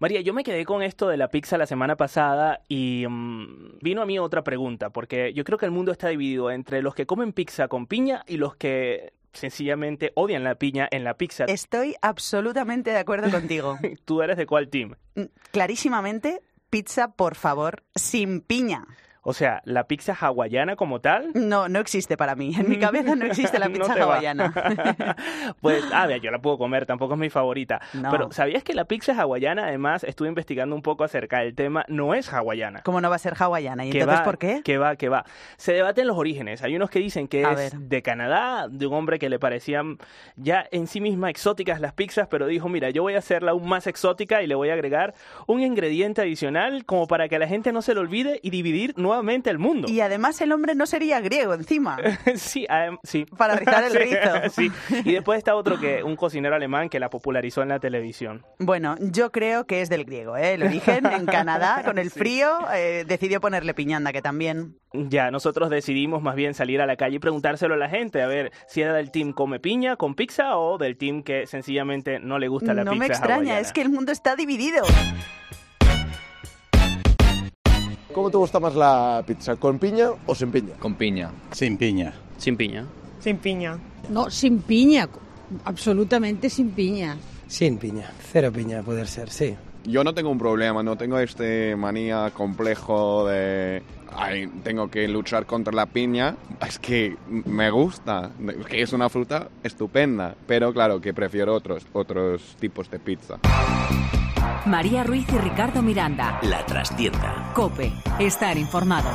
María, yo me quedé con esto de la pizza la semana pasada y mm, vino a mí otra pregunta, porque yo creo que el mundo está dividido entre los que comen pizza con piña y los que sencillamente odian la piña en la pizza. Estoy absolutamente de acuerdo contigo. ¿Tú eres de cuál team? Clarísimamente, pizza, por favor, sin piña. O sea, la pizza hawaiana como tal. No, no existe para mí. En mi cabeza no existe la No pizza te va. hawaiana. Pues, a ver, yo la puedo comer, tampoco es mi favorita. No. Pero, ¿sabías que la pizza hawaiana, además, estuve investigando un poco acerca del tema, no es hawaiana? ¿Cómo no va a ser hawaiana? ¿Y Que entonces va, por qué? Que va, que va. Se debaten los orígenes. Hay unos que dicen que A es ver. de Canadá, de un hombre que le parecían ya en sí misma exóticas las pizzas, pero dijo, mira, yo voy a hacerla aún más exótica y le voy a agregar un ingrediente adicional como para que a la gente no se le olvide y dividir nuevamente el mundo. Y además el hombre no sería griego encima. Sí, adem- sí. Para rizar el Sí, rizo. sí. Y después está otro que, un cocinero alemán que la popularizó en la televisión. Bueno, yo creo que es del griego, ¿eh? El origen en Canadá, con el Sí. frío, eh, decidió ponerle piñanda, que también. Ya, nosotros decidimos más bien salir a la calle y preguntárselo a la gente, a ver si era del team come piña con pizza o del team que sencillamente no le gusta la no pizza. me extraña, hawaiana. es que el mundo está dividido. ¿Cómo te gusta más la pizza? ¿Con piña o sin piña? Con piña. Sin piña. Sin piña. Sin piña. No, sin piña, absolutamente sin piña. Sin piña, cero piña puede ser, sí. Yo no tengo un problema, no tengo este manía complejo de "Ay, tengo que luchar contra la piña. Es que me gusta, es que es una fruta estupenda, pero claro que prefiero otros otros tipos de pizza. María Ruiz y Ricardo Miranda. La trastienda. Cope, estar informado.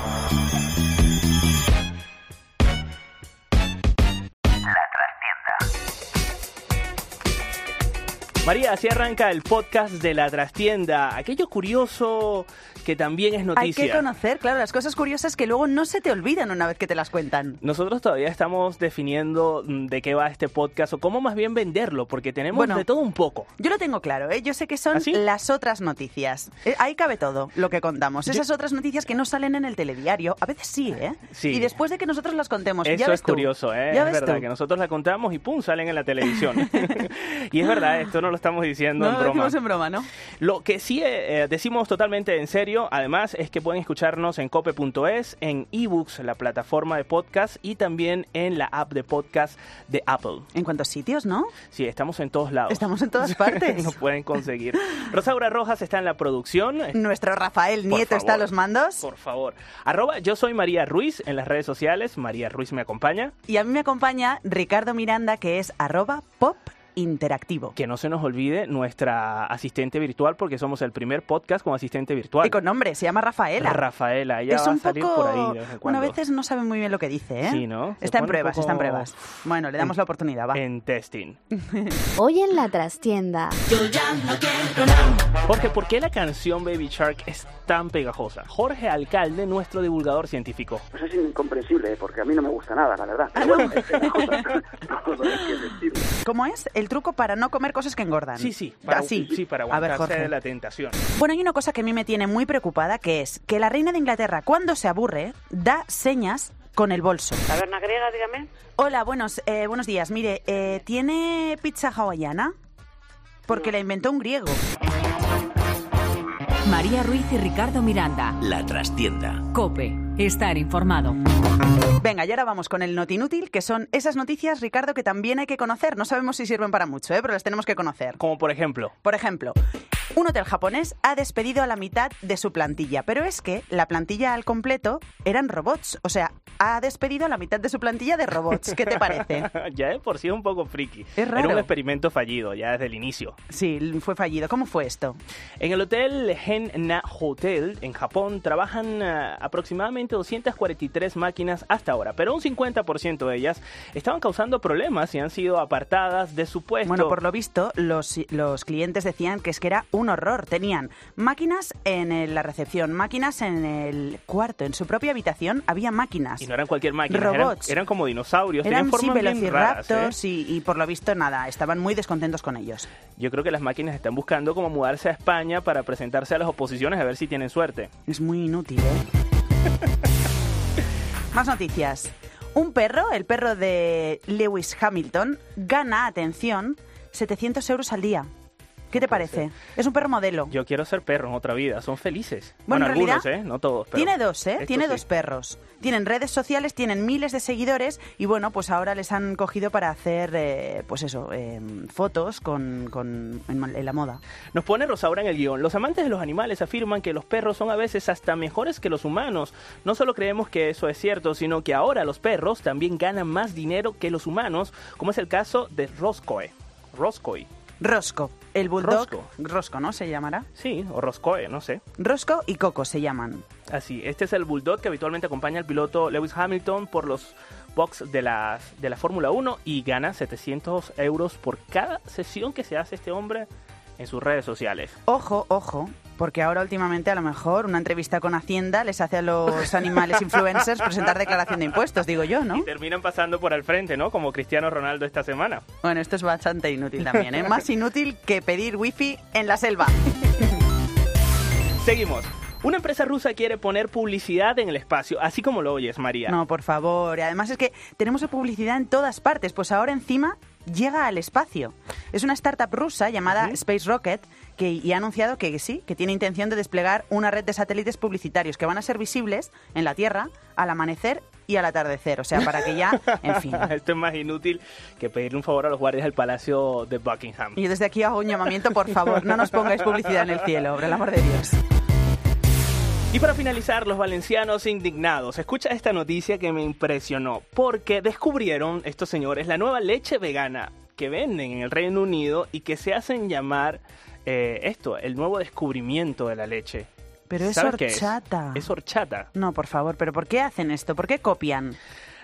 María, así arranca el podcast de la trastienda, aquello curioso que también es Hay noticia. que conocer, claro, las cosas curiosas que luego no se te olvidan una vez que te las cuentan. Nosotros todavía estamos definiendo mm, de qué va este podcast o cómo más bien venderlo, porque tenemos Bueno. de todo un poco. Yo lo tengo claro, ¿eh? yo sé que son ¿Ah, sí? las otras noticias. Eh, ahí cabe todo lo que contamos. Esas otras noticias que no salen en el telediario, a veces sí, ¿eh? Sí. Y después de que nosotros las contemos, ya Eso es ves tú. curioso, ¿eh? Ya es ves verdad tú. que nosotros la contamos y pum, salen en la televisión. y es verdad, esto no lo estamos diciendo No, en lo broma. decimos en broma, ¿no? Lo que sí eh, eh, decimos totalmente en serio, además, es que pueden escucharnos en cope.es, en ebooks, la plataforma de podcast, y también en la app de podcast de Apple. En cuantos sitios, ¿no? Sí, estamos en todos lados. Estamos en todas partes. Nos pueden conseguir. Rosaura Rojas está en la producción. Nuestro Rafael Por Nieto está a favor, los mandos. Por favor. Arroba, yo soy María Ruiz en las redes sociales. María Ruiz me acompaña. Y a mí me acompaña Ricardo Miranda, que es arroba pop interactivo. Que no se nos olvide nuestra asistente virtual, porque somos el primer podcast con asistente virtual. Y con nombre, se llama Rafaela. Rafaela, ella es va a un salir poco. por ahí de vez en Bueno, cuando. a veces no sabe muy bien lo que dice, ¿eh? Sí, ¿no? Se Está pone un en pruebas, está en poco- pruebas. Bueno, le damos la oportunidad, va. En testing. Hoy en la trastienda. Porque, ¿por qué la canción Baby Shark es tan pegajosa? Jorge Alcalde, nuestro divulgador científico. Pues es incomprensible, porque a mí no me gusta nada, la verdad. Pero bueno, es una cosa. No, no hay que decirlo. ¿Cómo es? El truco para no comer cosas que engordan. Sí, sí, para, Así. sí, para A ver, aguantarse Jorge. de la tentación. Bueno, hay una cosa que a mí me tiene muy preocupada, que es que la reina de Inglaterra, cuando se aburre, da señas con el bolso. Taberna griega, dígame. Hola, buenos, eh, buenos días. Mire, eh, ¿tiene pizza hawaiana? Porque la inventó un griego. María Ruiz y Ricardo Miranda. La trastienda. Cope, estar informado. Venga, y ahora vamos con el notinútil, que son esas noticias, Ricardo, que también hay que conocer. No sabemos si sirven para mucho, ¿eh? pero las tenemos que conocer. Como por ejemplo, Por ejemplo, un hotel japonés ha despedido a la mitad de su plantilla, pero es que la plantilla al completo eran robots. O sea, ha despedido a la mitad de su plantilla de robots. ¿Qué te parece? ya de por sí es un poco friki. Es raro. Era un experimento fallido ya desde el inicio. Sí, fue fallido. ¿Cómo fue esto? En el hotel Gen-na Hotel, en Japón, trabajan ah, aproximadamente 243 máquinas hasta ahora, pero un 50% de ellas estaban causando problemas y han sido apartadas de su puesto. Bueno, por lo visto, los, los clientes decían que es que era un horror. Tenían máquinas en el- la recepción, máquinas en el cuarto, en su propia habitación había máquinas. Y no eran cualquier máquina, eran- Robots. Eran, como dinosaurios, Eran tenían sí, formas bien raras, ¿eh? velociraptors y, y por lo visto nada, estaban muy descontentos con ellos. Yo creo que las máquinas están buscando como mudarse a España para presentarse a las oposiciones a ver si tienen suerte. Es muy inútil, ¿eh? Más noticias. Un perro, el perro de Lewis Hamilton, gana, atención, 700 euros al día. ¿Qué te parece? Es un perro modelo. Yo quiero ser perro en otra vida, son felices. Bueno, Bueno, en realidad, algunos, ¿eh? No todos. pero Tiene dos, ¿eh? esto Tiene sí. dos perros. Tienen redes sociales, tienen miles de seguidores y bueno, pues ahora les han cogido para hacer, eh, pues eso, eh, fotos con, con- en, en la moda. Nos pone Rosaura en el guión. Los amantes de los animales afirman que los perros son a veces hasta mejores que los humanos. No solo creemos que eso es cierto, sino que ahora los perros también ganan más dinero que los humanos, como es el caso de Roscoe. Roscoe. Rosco, el bulldog. Rosco. Rosco, ¿no? Se llamará. Sí, o Roscoe, no sé. Rosco y Coco se llaman. Así, este es el bulldog que habitualmente acompaña al piloto Lewis Hamilton por los box de la, de la Fórmula 1 y gana 700 euros por cada sesión que se hace este hombre en sus redes sociales. Ojo, ojo, porque ahora últimamente a lo mejor una entrevista con Hacienda les hace a los animales influencers presentar declaración de impuestos, digo yo, ¿no? Y terminan pasando por al frente, ¿no? Como Cristiano Ronaldo esta semana. Bueno, esto es bastante inútil también, ¿eh? Más inútil que pedir wifi en la selva. Seguimos. Una empresa rusa quiere poner publicidad en el espacio, así como lo oyes, María. No, por favor. Y Además es que tenemos la publicidad en todas partes, pues ahora encima llega al espacio. Es una startup rusa llamada Space Rocket que y ha anunciado que sí, que tiene intención de desplegar una red de satélites publicitarios que van a ser visibles en la Tierra al amanecer y al atardecer, o sea, para que ya, en fin. Esto es más inútil que pedirle un favor a los guardias del Palacio de Buckingham. Y yo desde aquí hago un llamamiento, por favor, no nos pongáis publicidad en el cielo, por el amor de Dios. Y para finalizar, los valencianos indignados. Escucha esta noticia que me impresionó, porque descubrieron estos señores la nueva leche vegana que venden en el Reino Unido y que se hacen llamar eh, esto, el nuevo descubrimiento de la leche. Pero es ¿Sabes qué es? horchata. Es horchata. No, por favor, pero ¿por qué hacen esto? ¿Por qué copian?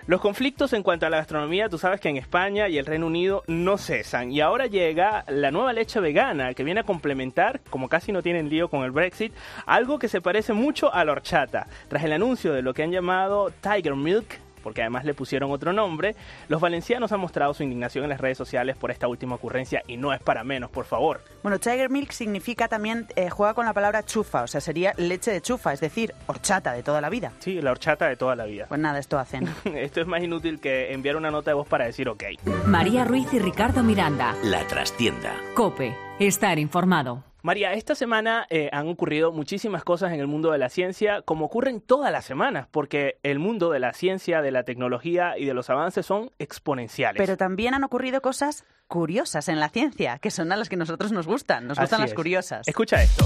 Los conflictos en cuanto a la gastronomía, tú sabes que en España y el Reino Unido no cesan. Y ahora llega la nueva leche vegana que viene a complementar, como casi no tienen lío con el Brexit, algo que se parece mucho a la horchata. Tras el anuncio de lo que han llamado Tiger Milk, porque además le pusieron otro nombre, los valencianos han mostrado su indignación en las redes sociales por esta última ocurrencia y no es para menos, por favor. Bueno, Tiger Milk significa también, eh, juega con la palabra chufa, o sea, sería leche de chufa, es decir, horchata de toda la vida. Sí, la horchata de toda la vida. Pues nada, esto hacen. Esto es más inútil que enviar una nota de voz para decir ok. María Ruiz y Ricardo Miranda. La trastienda. Cope. Estar informado. María, esta semana eh, han ocurrido muchísimas cosas en el mundo de la ciencia, como ocurren todas las semanas, porque el mundo de la ciencia, de la tecnología y de los avances son exponenciales. Pero también han ocurrido cosas curiosas en la ciencia, que son a las que nosotros nos gustan, nos gustan Así las es. curiosas. Escucha esto.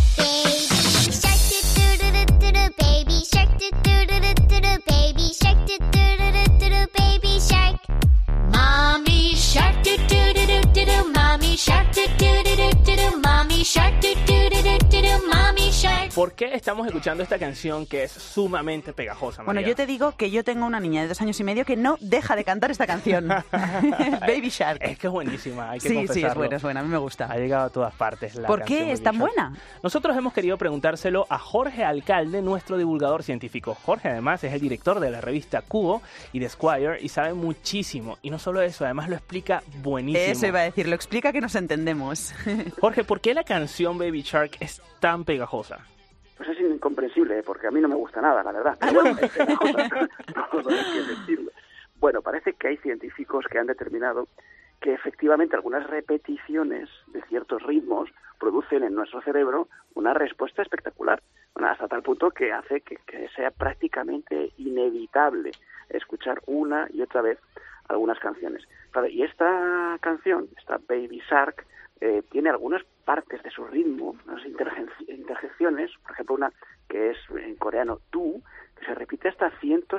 ¿Por qué estamos escuchando esta canción que es sumamente pegajosa, María? Bueno, yo te digo que yo tengo una niña de dos años y medio que no deja de cantar esta canción. Baby Shark. Es que es buenísima, hay que Sí, sí, confesarlo. es buena, es buena, a mí me gusta. Ha llegado a todas partes. la ¿Por qué canción es Baby tan Shark. buena? Nosotros hemos querido preguntárselo a Jorge Alcalde, nuestro divulgador científico. Jorge, además, es el director de la revista Cubo y de Squire y sabe muchísimo. Y no solo eso, además lo explica buenísimo. Eso iba a decir, lo explica que nos entendemos. Jorge, ¿por qué la canción Baby Shark es tan pegajosa? Pues es incomprensible, ¿eh? porque a mí no me gusta nada, la verdad. Pero bueno, es una cosa, no, no hay que decirlo. Bueno, parece que hay científicos que han determinado que efectivamente algunas repeticiones de ciertos ritmos producen en nuestro cerebro una respuesta espectacular, Bueno, hasta tal punto que hace que, que sea prácticamente inevitable escuchar una y otra vez algunas canciones. Claro, y esta canción, esta Baby Shark, eh, tiene algunas partes de su ritmo, unas interjen- interjecciones, por ejemplo una que es en coreano tú, que se repite hasta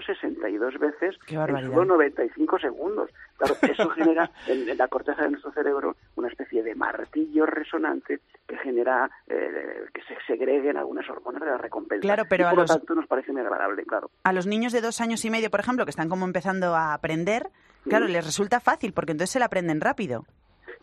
162 veces Qué en barbaridad. solo 95 segundos. Claro, eso genera en, en la corteza de nuestro cerebro una especie de martillo resonante que genera eh, que se segreguen algunas hormonas de la recompensa. Claro, pero Y a por lo los- tanto nos parece muy agradable, claro. a los niños de dos años y medio, por ejemplo, que están como empezando a aprender, claro, Mm. les resulta fácil porque entonces se la aprenden rápido.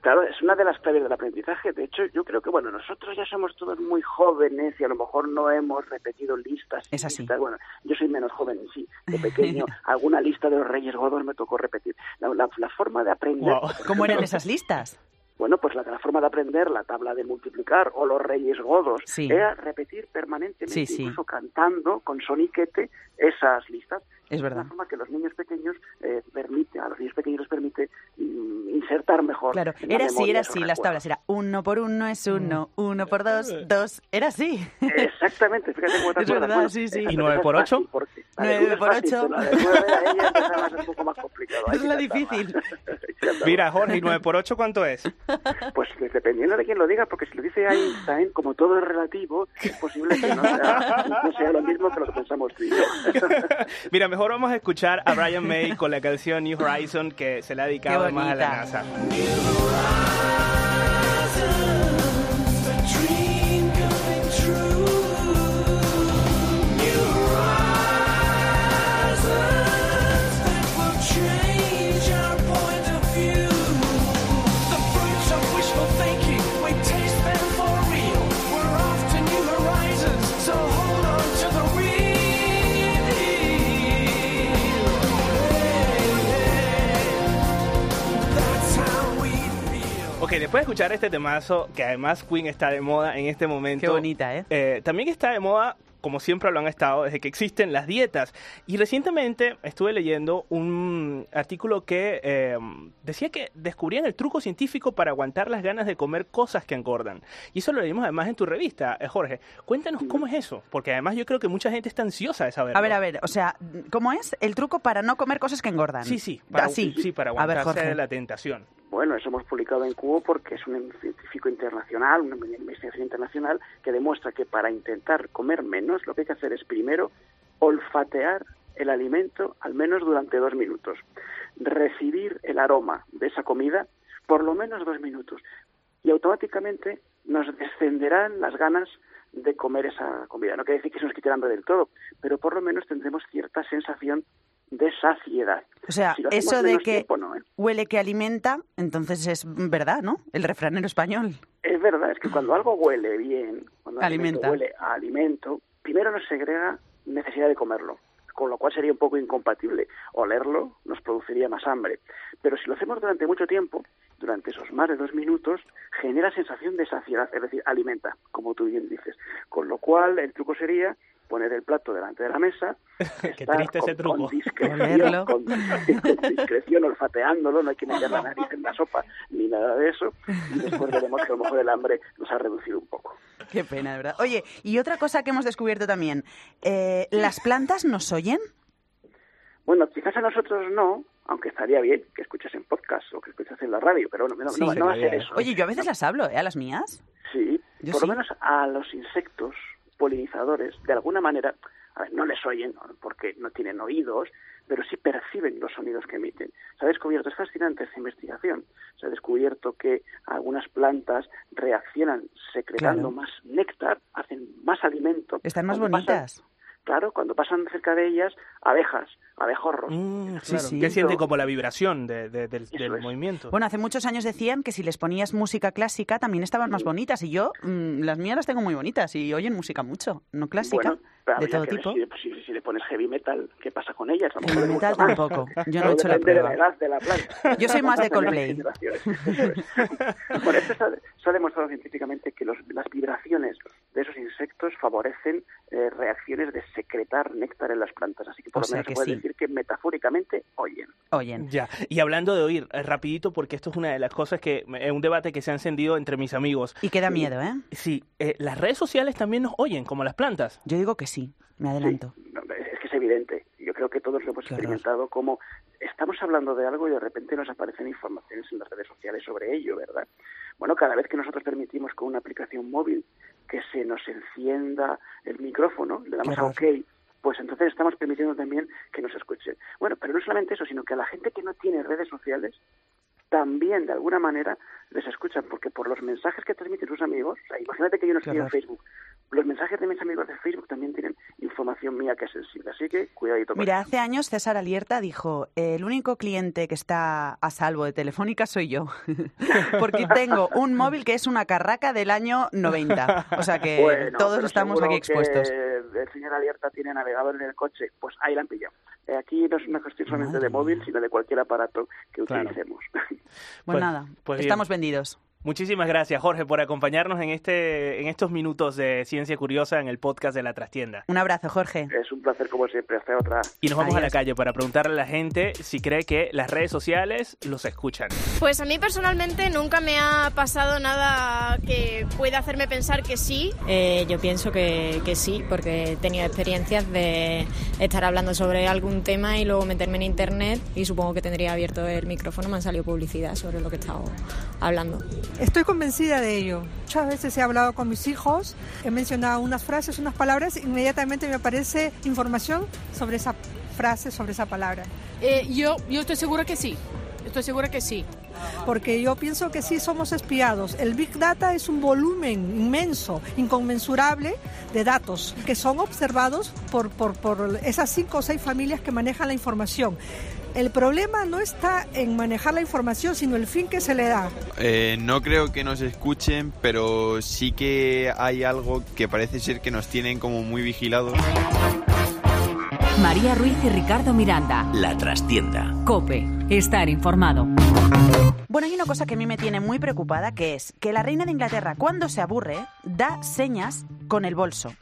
Claro, es una de las claves del aprendizaje. De hecho, yo creo que, bueno, nosotros ya somos todos muy jóvenes y a lo mejor no hemos repetido listas. y Es así. listas. Bueno, yo soy menos joven, sí. De pequeño, alguna lista de los Reyes Godos me tocó repetir. La, la- la forma de aprender... Guau. ¿Cómo eran esas listas? Bueno, pues la, la forma de aprender, la tabla de multiplicar o los reyes godos, Sí. era repetir permanentemente, Sí, sí. incluso cantando con soniquete esas listas. Es verdad. una forma que los niños pequeños eh, permite, a los niños pequeños les permite mm, insertar mejor. Claro, en la era así, memoria era esos así, las recuerdos. tablas, era uno por uno es uno, uno por dos, dos, era así. Exactamente, fíjate cómo te Es acuerdas. verdad, Bueno, sí, sí. esa ¿Y es nueve por fácil, ocho? porque la de Nueve uno es por fácil, ocho. pero La de nueve ahí empezaba a ser un poco más complicado. ahí es la ya estaba. difícil. Mira, Jorge, ¿y 9 por 8 cuánto es? Pues dependiendo de quién lo diga, porque si lo dice Einstein, como todo es relativo, es posible que no sea, no sea lo mismo que lo que pensamos tú y yo. Mira, mejor vamos a escuchar a Brian May con la canción New Horizon que se le ha dedicado Qué además a la bonita. NASA. Ok, después de escuchar este temazo, que además Queen está de moda en este momento. Qué bonita, ¿eh? Eh, también está de moda, como siempre lo han estado, desde que existen las dietas. Y recientemente estuve leyendo un artículo que eh, decía que descubrían el truco científico para aguantar las ganas de comer cosas que engordan. Y eso lo leímos además en tu revista, eh, Jorge. Cuéntanos cómo es eso, porque además yo creo que mucha gente está ansiosa de saberlo. A ver, a ver, o sea, ¿cómo es el truco para no comer cosas que engordan? Sí, sí, para, Así. sí, para Ah, A ver, aguantarse Jorge. de la tentación. Bueno, eso hemos publicado en Cubo porque es un científico internacional, una investigación internacional que demuestra que para intentar comer menos lo que hay que hacer es primero olfatear el alimento al menos durante dos minutos, recibir el aroma de esa comida por lo menos dos minutos y automáticamente nos descenderán las ganas de comer esa comida. No quiere decir que se nos quite el hambre del todo, pero por lo menos tendremos cierta sensación de saciedad. O sea, Si lo hacemos eso de menos que tiempo, no, ¿eh? huele que alimenta, entonces es verdad, ¿no? El refranero español. Es verdad, es que cuando algo huele bien, cuando un alimento Alimenta. huele a alimento, primero nos segrega necesidad de comerlo, con lo cual sería un poco incompatible. Olerlo nos produciría más hambre. Pero si lo hacemos durante mucho tiempo, durante esos más de dos minutos, genera sensación de saciedad, es decir, alimenta, como tú bien dices. Con lo cual, el truco sería poner el plato delante de la mesa, Qué estar triste ese con- con truco. discreción, Olerlo. con, con discreción, olfateándolo, no hay que meter la nariz en la sopa ni nada de eso. Y después veremos que a lo mejor el hambre nos ha reducido un poco. Qué pena, de verdad. Oye, y otra cosa que hemos descubierto también, eh, ¿las plantas nos oyen? Bueno, quizás a nosotros no, aunque estaría bien que escuches en podcast o que escuches en la radio, pero bueno, no, Sí. no- no va a ser eso. Oye, yo a veces las hablo, ¿eh? A las mías. Sí, Yo por sí. lo menos a los insectos polinizadores, de alguna manera, a ver, no les oyen ¿no? porque no tienen oídos, pero sí perciben los sonidos que emiten. Se ha descubierto, es fascinante esta investigación, se ha descubierto que algunas plantas reaccionan secretando Claro. más néctar, hacen más alimento. Están más Cuando pasan- bonitas. claro, cuando pasan cerca de ellas, abejas, abejorros. Mm, Sí, claro, sí. Que siente como la vibración de- de- del, Eso del es. movimiento. Bueno, hace muchos años decían que si les ponías música clásica también estaban más bonitas y yo mm, las mías las tengo muy bonitas y oyen música mucho, no clásica, Bueno, pero de habría todo que ver tipo. Si, si- si le pones heavy metal, ¿qué pasa con ellas? A lo mejor Heavy le gusta metal más. tampoco. Yo no he Todo hecho la depende prueba. De la edad de la planta. Yo soy más de Coldplay. Depende de las generaciones. Eso es. Bueno, esto se ha, se ha demostrado científicamente que los- las vibraciones de esos insectos favorecen eh, reacciones de secretar néctar en las plantas. Así que O por lo sea menos se que puede sí. decir que metafóricamente oyen. Oyen. Ya, y hablando de oír, eh, rapidito, porque esto es una de las cosas que es un debate que se ha encendido entre mis amigos. Y que da miedo, ¿eh? Sí, eh, las redes sociales también nos oyen, como las plantas. Yo digo que sí, me adelanto. No, es que es evidente. Yo creo que todos lo hemos Qué horror. experimentado como estamos hablando de algo y de repente nos aparecen informaciones en las redes sociales sobre ello, ¿verdad? Bueno, cada vez que nosotros permitimos con una aplicación móvil que se nos encienda el micrófono, le damos Qué a horror. OK, pues entonces estamos permitiendo también que nos escuchen. Bueno, pero no solamente eso, sino que a la gente que no tiene redes sociales también de alguna manera les escuchan, porque por los mensajes que transmiten sus amigos, o sea, imagínate que yo no Qué estoy en horror. Facebook, los mensajes de mis amigos de Facebook también tienen información mía que es sensible, así que cuidadito con Mira, eso. hace años César Alierta dijo, el único cliente que está a salvo de Telefónica soy yo, porque tengo un móvil que es una carraca del año 90. O sea que Bueno, eh, todos pero estamos seguro aquí expuestos. Que el señor Alierta tiene navegador en el coche, pues ahí la han pillado. Eh, aquí no es una cuestión solamente Madre de móvil, sino de cualquier aparato que Claro. utilicemos. Pues- Bueno, nada, pues bien. estamos vendidos. Muchísimas gracias, Jorge, por acompañarnos en, este, en estos minutos de Ciencia Curiosa en el podcast de La Trastienda. Un abrazo, Jorge. Es un placer como siempre. Hasta otra. Y nos vamos a la Adiós. calle para preguntarle a la gente si cree que las redes sociales los escuchan. Pues a mí personalmente nunca me ha pasado nada que pueda hacerme pensar que sí. Eh, yo pienso que, que sí, porque he tenido experiencias de estar hablando sobre algún tema y luego meterme en internet y supongo que tendría abierto el micrófono, me han salido publicidad sobre lo que he estado hablando. Estoy convencida de ello. Muchas veces he hablado con mis hijos, he mencionado unas frases, unas palabras, inmediatamente me aparece información sobre esa frase, sobre esa palabra. Eh, yo, yo estoy segura que sí. Estoy segura que sí. Porque yo pienso que sí somos espiados. El Big Data es un volumen inmenso, inconmensurable de datos que son observados por, por- por esas cinco o seis familias que manejan la información. El problema no está en manejar la información, sino el fin que se le da. Eh, no creo que nos escuchen, pero sí que hay algo que parece ser que nos tienen como muy vigilados. María Ruiz y Ricardo Miranda. La trastienda. Cope. Estar informado. Bueno, hay una cosa que a mí me tiene muy preocupada, que es que la reina de Inglaterra, cuando se aburre, da señas con el bolso.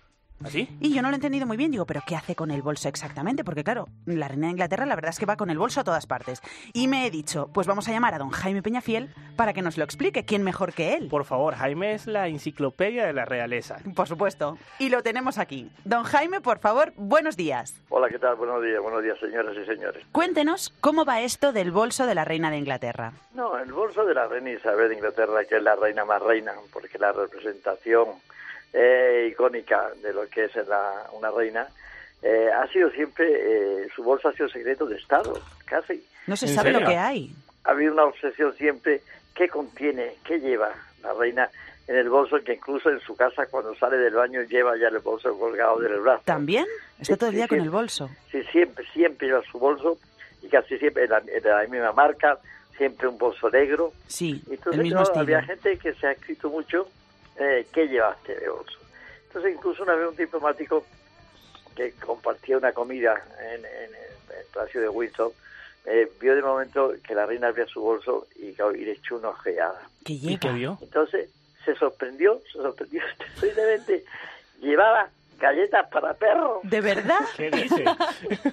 ¿Así? Y yo no lo he entendido muy bien. Digo, ¿pero qué hace con el bolso exactamente? Porque, claro, la reina de Inglaterra la verdad es que va con el bolso a todas partes. Y me he dicho, pues vamos a llamar a don Jaime Peñafiel para que nos lo explique. ¿Quién mejor que él? Por favor, Jaime es la enciclopedia de la realeza. Por supuesto. Y lo tenemos aquí. Don Jaime, por favor, buenos días. Hola, ¿qué tal? Buenos días, buenos días, señoras y señores. Cuéntenos cómo va esto del bolso de la reina de Inglaterra. No, el bolso de la reina Isabel de Inglaterra, que es la reina más reina, porque la representación eh, icónica de lo que es la- una reina, eh, ha sido siempre, eh, su bolso ha sido secreto de Estado, casi. No se sabe lo que hay. Ha habido una obsesión siempre, ¿qué contiene, qué lleva la reina en el bolso? Que incluso en su casa, cuando sale del baño, lleva ya el bolso colgado del brazo. ¿También? Está todo el día con el bolso. Sí, siempre, siempre lleva su bolso y casi siempre de la, de la misma marca, siempre un bolso negro. Sí, Entonces el mismo yo- estilo. había gente que se ha escrito mucho eh, qué llevaste de bolso. Entonces incluso una vez un diplomático que compartía una comida en, en el Palacio de Windsor eh, vio de momento que la reina abría su bolso y, claro, y le echó una ojeada. ¿Qué ¿Y qué vio? Entonces se sorprendió, se sorprendió terriblemente. Llevaba galletas para perros. ¿De verdad? ¿Qué dice?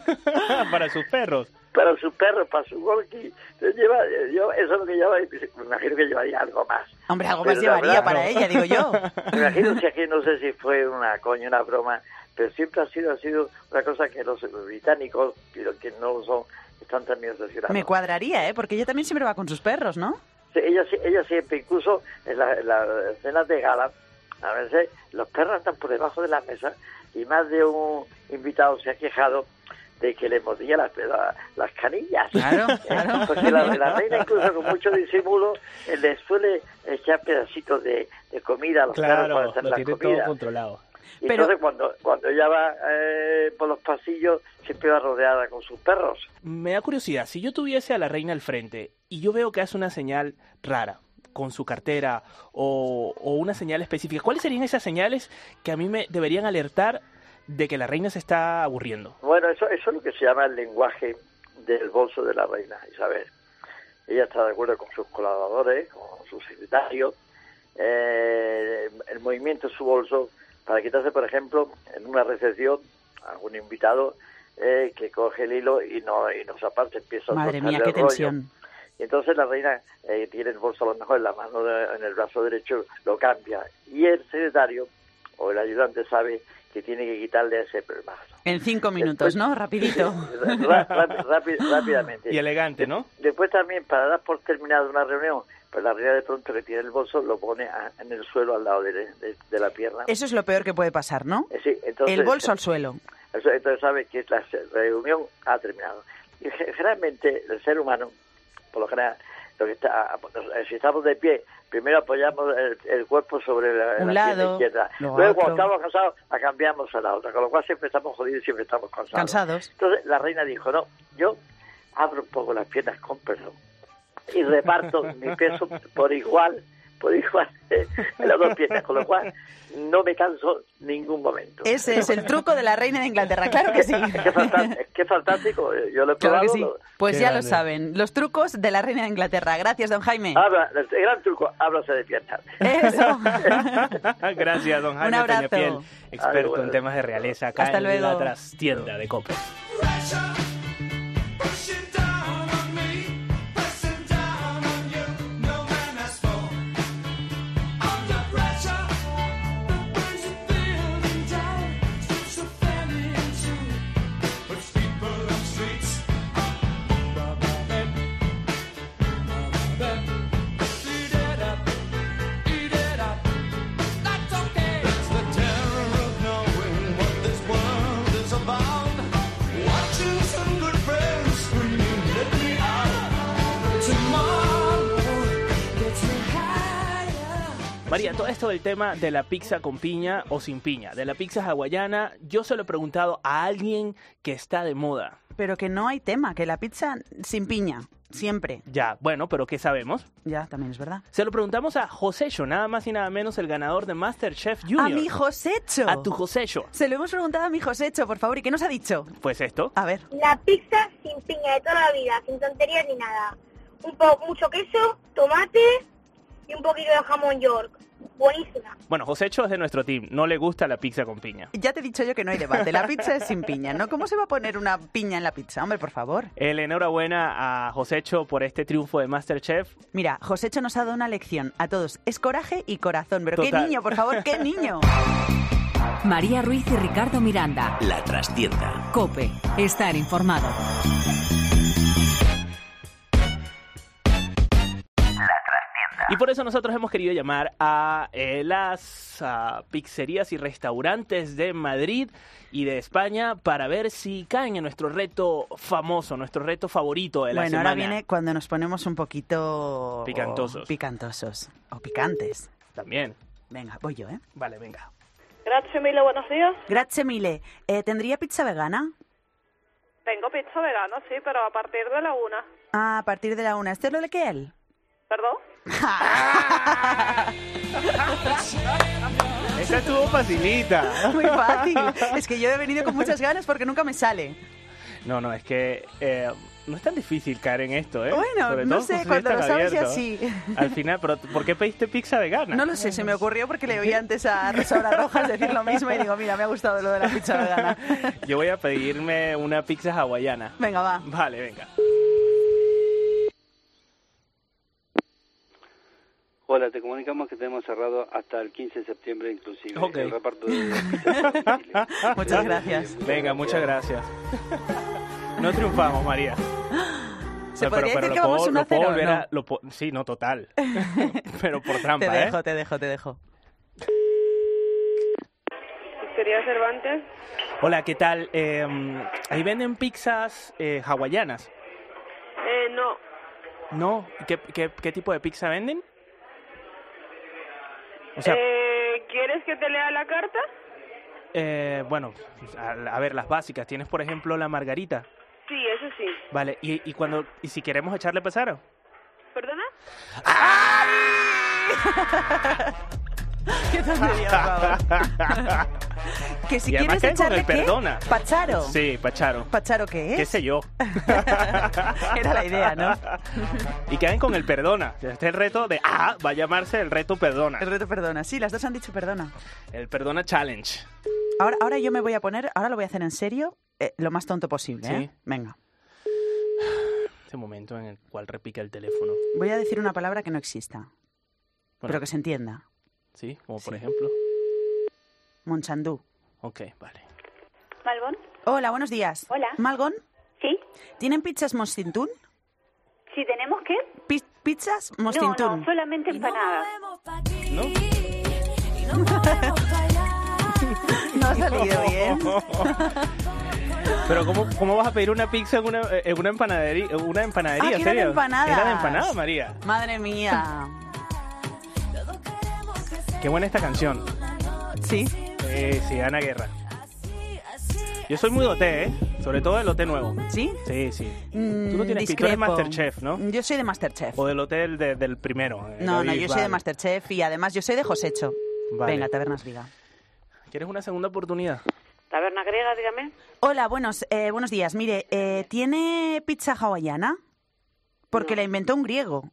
Para sus perros. para su perro, para su golki. Entonces lleva, yo, eso es lo que lleva, y dice, me imagino que llevaría algo más. Hombre, algo Pero más la llevaría verdad, para no. ella, digo yo. Me imagino que aquí no sé si fue una coña, una broma, pero siempre ha sido, ha sido una cosa que los británicos, y los que no lo son, están también obsesionados. Me cuadraría, ¿eh? Porque ella también siempre va con sus perros, ¿no? Sí, ella, sí- ella siempre, incluso en la- en las escenas de gala, a veces los perros están por debajo de la mesa y más de un invitado se ha quejado de que le mordía las, la- las canillas. Claro, Eh, Porque la, la reina, incluso con mucho disimulo, eh, le suele echar pedacitos de, de comida a los perros para Claro, hacer lo la tiene todo comida. controlado. Y Entonces, cuando, cuando ella va eh, por los pasillos, siempre va rodeada con sus perros. Me da curiosidad, si yo tuviese a la reina al frente y yo veo que hace una señal rara con su cartera o, o una señal específica, ¿cuáles serían esas señales que a mí me deberían alertar de que la reina se está aburriendo? Bueno, eso, eso es lo que se llama el lenguaje del bolso de la reina Isabel. Ella está de acuerdo con sus colaboradores, con su secretario. eh, el movimiento de su bolso para quitarse, por ejemplo, en una recepción, algún invitado eh, que coge el hilo y no, y nos aparte empieza Madre a mía, cortarle el qué rollo. tensión. Y entonces la reina eh, tiene el bolso a lo mejor en la mano, de- en el brazo derecho, lo cambia. Y el secretario o el ayudante sabe que tiene que quitarle ese brazo. En cinco minutos, ¿no? Rapidito. Ra- rápi- rápi- rápidamente. Eh, Y elegante, ¿no? Después también, para dar por terminada una reunión, pues la reina de pronto le tira el bolso, lo pone a- en el suelo al lado de, de- de la pierna. Eso es lo peor que puede pasar, ¿no? Eh, sí, entonces- el bolso al suelo. Eso- Entonces sabe que la se- reunión ha terminado. Y ge- generalmente el ser humano, por lo general, lo que está, a- a- si estamos de pie, primero apoyamos el, el cuerpo sobre la, Un la pierna lado, izquierda. luego Luego, cuando otro. estamos cansados, la cambiamos a la otra. Con lo cual siempre estamos jodidos y siempre estamos cansados. Cansados. Entonces la reina dijo, no, yo abro un poco las piernas con perdón y reparto mi peso por igual por igual en las dos piezas, con lo cual no me canso ningún momento. Ese es el truco de la reina de Inglaterra, claro que sí. Es que es fantás- es que es fantástico, yo lo he Claro probado. que sí. lo- Pues ya lo saben, los trucos de la reina de Inglaterra. Gracias, don Jaime. Ah. Habla- el gran truco, háblase de fiesta. Eso. Gracias, don Un Jaime abrazo. Peñafiel, Ay, experto bueno. en temas de realeza acá Hasta en luego. la trastienda de Cope. María, todo esto del tema de la pizza con piña o sin piña, de la pizza hawaiana, yo se lo he preguntado a alguien que está de moda. Pero que no hay tema, que la pizza sin piña, siempre. Ya, bueno, pero ¿qué sabemos? Ya, también es verdad. Se lo preguntamos a Josecho, nada más y nada menos el ganador de MasterChef Junior. A mi Josecho. A tu Josecho. Se lo hemos preguntado a mi Josecho, por favor, ¿y qué nos ha dicho? Pues esto. A ver. La pizza sin piña de toda la vida, sin tonterías ni nada. Un poco, mucho queso, tomate y un poquito de jamón york. Buenísima. Bueno, Josecho es de nuestro team, no le gusta la pizza con piña. Ya te he dicho yo que no hay debate. La pizza es sin piña, ¿no? ¿Cómo se va a poner una piña en la pizza? Hombre, por favor. El enhorabuena a Josecho por este triunfo de MasterChef. Mira, Josecho nos ha dado una lección a todos. Es coraje y corazón. Pero qué Total. niño, por favor, qué niño. María Ruiz y Ricardo Miranda. La trastienda. Cope, estar informado. Y por eso nosotros hemos querido llamar a eh, las ah, pizzerías y restaurantes de Madrid y de España para ver si caen en nuestro reto famoso, nuestro reto favorito de la bueno, semana. ahora viene cuando nos ponemos un poquito... Picantosos. Picantosos. O picantes. También. Venga, voy yo, ¿eh? Vale, venga. Grazie mille, buenos días. Grazie mille. Eh, ¿Tendría pizza vegana? Tengo pizza vegana, sí, pero a partir de la una. Ah, a partir de la una. ¿Este es lo de que él? ¿Perdón? Esa estuvo facilita. Muy fácil. Es que yo he venido con muchas ganas porque nunca me sale. No, no, es que eh, no es tan difícil caer en esto, ¿eh? Bueno, Sobre no todo sé, porque ya cuando están lo sabes ya abiertos. sí. Al final, pero ¿por qué pediste pizza vegana? No lo sé, se me ocurrió porque le oí antes a Rosaura Rojas decir lo mismo y digo, mira, me ha gustado lo de la pizza vegana. Yo voy a pedirme una pizza hawaiana. Venga, va. Vale, venga. Hola, te comunicamos que tenemos cerrado hasta el 15 de septiembre inclusive Ok. el reparto de... Muchas gracias. Venga, muchas gracias. No triunfamos, María. Se No, podría decir que lo vamos puedo- uno a lo puedo cero, volver a- ¿no? lo po- Sí, no, total. pero por trampa, Te ¿eh? dejo, te dejo, te dejo. Pizzería Cervantes. Hola, ¿qué tal? Eh, ahí venden pizzas eh, hawaianas. Eh, no, ¿No? ¿Qué, qué, qué tipo de pizza venden? O sea, Eh, ¿Quieres que te lea la carta? eh, bueno, a, a ver, las básicas. Tienes, por ejemplo, la margarita. Sí, eso sí. Vale, y, y cuando y si queremos echarle pesaro. ¿Perdona? Qué tontería, por favor. Que si Y además cae quieres con echarle el qué? perdona. Pacharo. Sí, pacharo. ¿Pacharo qué es? ¿Qué sé yo? Era la idea, ¿no? Y caen con el perdona. Este es el reto de ah, va a llamarse el reto perdona. El reto perdona. Sí, las dos han dicho perdona. El perdona challenge. Ahora, ahora yo me voy a poner, ahora lo voy a hacer en serio, eh, lo más tonto posible. ¿eh? Sí. Venga. Ese Este momento en el cual repica el teléfono. Voy a decir una palabra que no exista, pero Bueno, que se entienda. sí, como por Sí. ejemplo. Monchandú. Ok, vale. Malbon, Hola, buenos días. Hola. ¿Malgón? Sí. ¿Tienen pizzas Mostintún? si tenemos que... Pi- ¿Pizzas No, Mostintún? no, pues solamente empanadas. No ha salido bien. Pero ¿cómo, cómo vas a pedir una pizza en una, en una empanadería? Una empanadería Ah, que ¿en eran serio? empanadas. Era de empanada, María. Madre mía. Qué buena esta canción. Sí. Eh, sí, Ana Guerra. Yo soy muy doté, ¿eh? Sobre todo del hotel nuevo. ¿Sí? Sí, sí. Mm, Tú no tienes pintura de discrepo. Masterchef, ¿no? Yo soy de Masterchef. O del hotel de- del primero. eh, No, no, David, yo soy de vale. Masterchef y además yo soy de Josecho. Vale. Venga, Tabernas Viga. ¿Quieres una segunda oportunidad? Taberna griega, dígame. Hola, buenos, eh, buenos días. Mire, eh, ¿tiene pizza hawaiana? Porque la inventó un griego.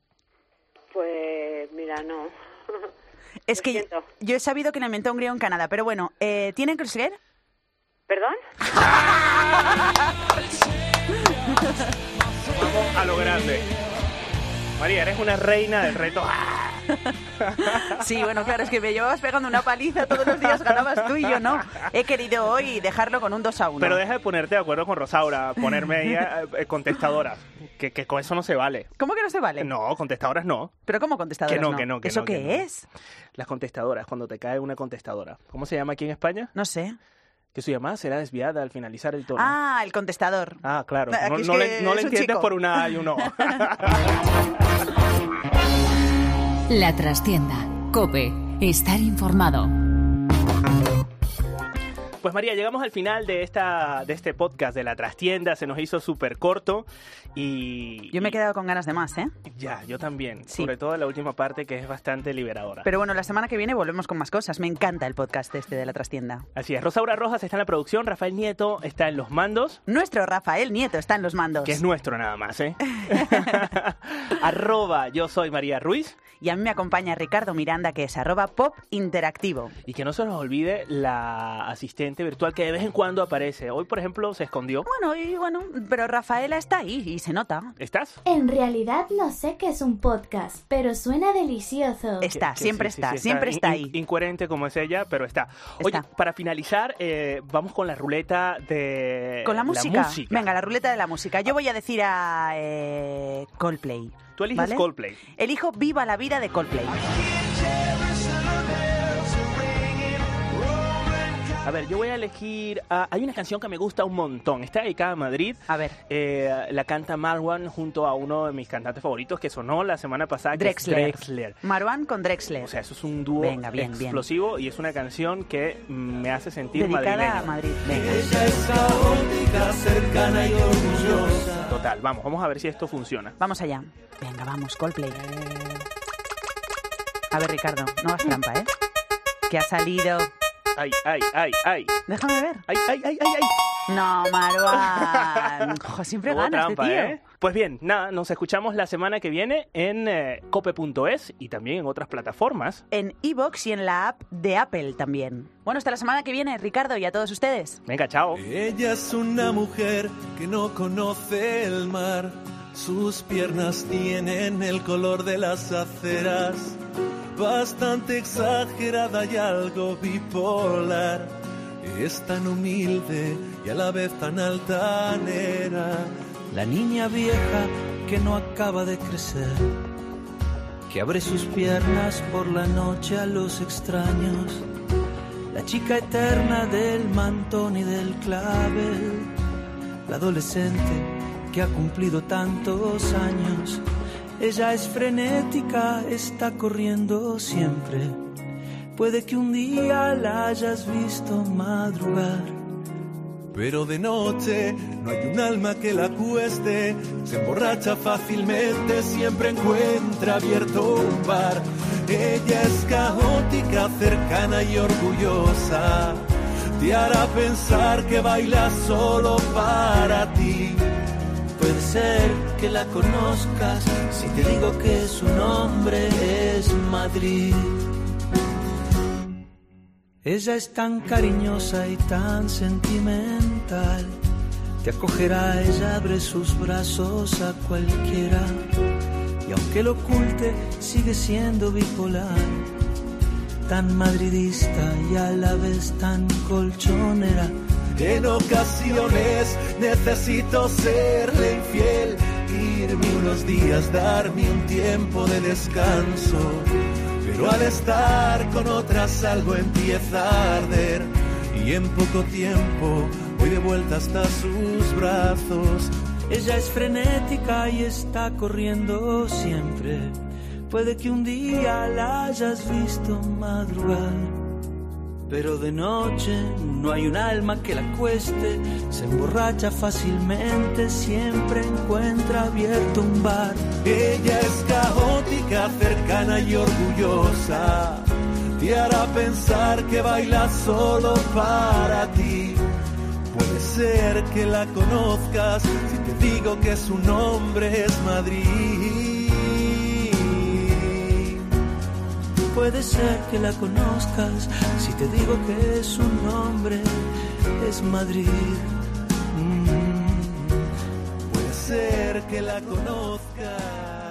Pues mira, no. Es que yo, he sabido que la inventó un griego en Canadá, pero bueno, eh, ¿tiene Kreuzler? ¿Perdón? Vamos a lo grande. María, eres una reina del reto. Sí, bueno, claro, es que me llevabas pegando una paliza todos los días, ganabas tú y yo no. He querido hoy dejarlo con un 2 a 1. Pero deja de ponerte de acuerdo con Rosaura, ponerme ella eh, contestadora. Que, que con eso no se vale. ¿Cómo que no se vale? Eh, No, contestadoras no. ¿Pero cómo contestadoras Que no, no? que no, que ¿Eso no, qué que no. es? Las contestadoras, cuando te cae una contestadora. ¿Cómo se llama aquí en España? No sé. Que su llamada será desviada al finalizar el tono. Ah, el contestador. Ah, claro. Ah, No, que es no que le, no le es un entiendes chico. por una A y un O. La trastienda. Cope. Estar informado. Pues María, llegamos al final de esta de este podcast de La Trastienda. Se nos hizo súper corto y... Yo me he quedado con ganas de más, ¿eh? Ya, yo también. Sobre todo la última parte que es bastante liberadora. Pero bueno, la semana que viene volvemos con más cosas. Me encanta el podcast este de la trastienda. Así es, Rosaura Rojas está en la producción, Rafael Nieto está en los mandos. Nuestro Rafael Nieto está en los mandos. Que es nuestro nada más, ¿eh? arroba, yo soy María Ruiz. Y a mí me acompaña Ricardo Miranda, que es arroba pop interactivo. Y que no se nos olvide la asistente virtual que de vez en cuando aparece. Hoy, por ejemplo, se escondió. Bueno, y bueno, pero Rafaela está ahí y se nota. ¿Estás? En realidad no sé qué es un podcast, pero suena delicioso. Que- que sí, sí, sí, In- in- incoherente como es ella, pero está. Oye, para finalizar, eh, vamos con la ruleta de... Con la Eh, música. música. Ah. Venga, la ruleta de la música. Yo voy a decir a eh, Coldplay. Tú eliges ¿vale? Coldplay. Elijo Viva la vida de Coldplay. A ver, yo voy a elegir. ah, hay una canción que me gusta un montón. Está dedicada a Madrid. A ver. la canta Marwan junto a uno de mis cantantes favoritos que sonó la semana pasada. que es Drexler. Drexler. Marwan con Drexler. O sea, eso es un dúo Venga, bien, bien. explosivo y es una canción que me hace sentir Dedicada a madrileño. Madrid. cercana y orgullosa. Total, vamos, vamos a ver si esto funciona. Vamos allá. Venga, vamos, Coldplay. A ver, Ricardo, no hagas trampa, ¿eh? Que ha salido. Ay, ay, ay, ay. Déjame ver. Ay, ay, ay, ay, ay. No, Marwan. Jo, siempre Hubo gana este trampa, tío. ¿eh? Pues bien, nada, nos escuchamos la semana que viene en eh, cope.es y también en otras plataformas. En Evox y en la app de Apple también. Bueno, hasta la semana que viene, Ricardo, y a todos ustedes. Venga, chao. Ella es una mujer que no conoce el mar. Sus piernas tienen el color de las aceras. Bastante exagerada y algo bipolar. Es tan humilde y a la vez tan altanera. La niña vieja que no acaba de crecer. Que abre sus piernas por la noche a los extraños. La chica eterna del mantón y del clavel. La adolescente que ha cumplido tantos años. Ella es frenética, está corriendo siempre. Puede que un día la hayas visto madrugar. Pero de noche no hay un alma que la cueste, se emborracha fácilmente, siempre encuentra abierto un bar. Ella es caótica, cercana y orgullosa, te hará pensar que baila solo para ti. Puede ser que la conozcas si te digo que su nombre es Madrid. Ella es tan cariñosa y tan sentimental. Te acogerá, ella abre sus brazos a cualquiera. Y aunque lo oculte, sigue siendo bipolar. Tan madridista y a la vez tan colchonera. En ocasiones necesito serle infiel, irme unos días, darme un tiempo de descanso. Pero al estar con otras algo empieza a arder y en poco tiempo voy de vuelta hasta sus brazos. Ella es frenética y está corriendo siempre. Puede que un día la hayas visto madrugar. Pero de noche no hay un alma que la cueste, se emborracha fácilmente, siempre encuentra abierto un bar. Ella es caótica, cercana y orgullosa, te hará pensar que baila solo para ti. Puede ser que la conozcas si te digo que su nombre es Madrid. Puede ser que la conozcas si te digo que su nombre es Madrid. Mm. Puede ser que la conozcas.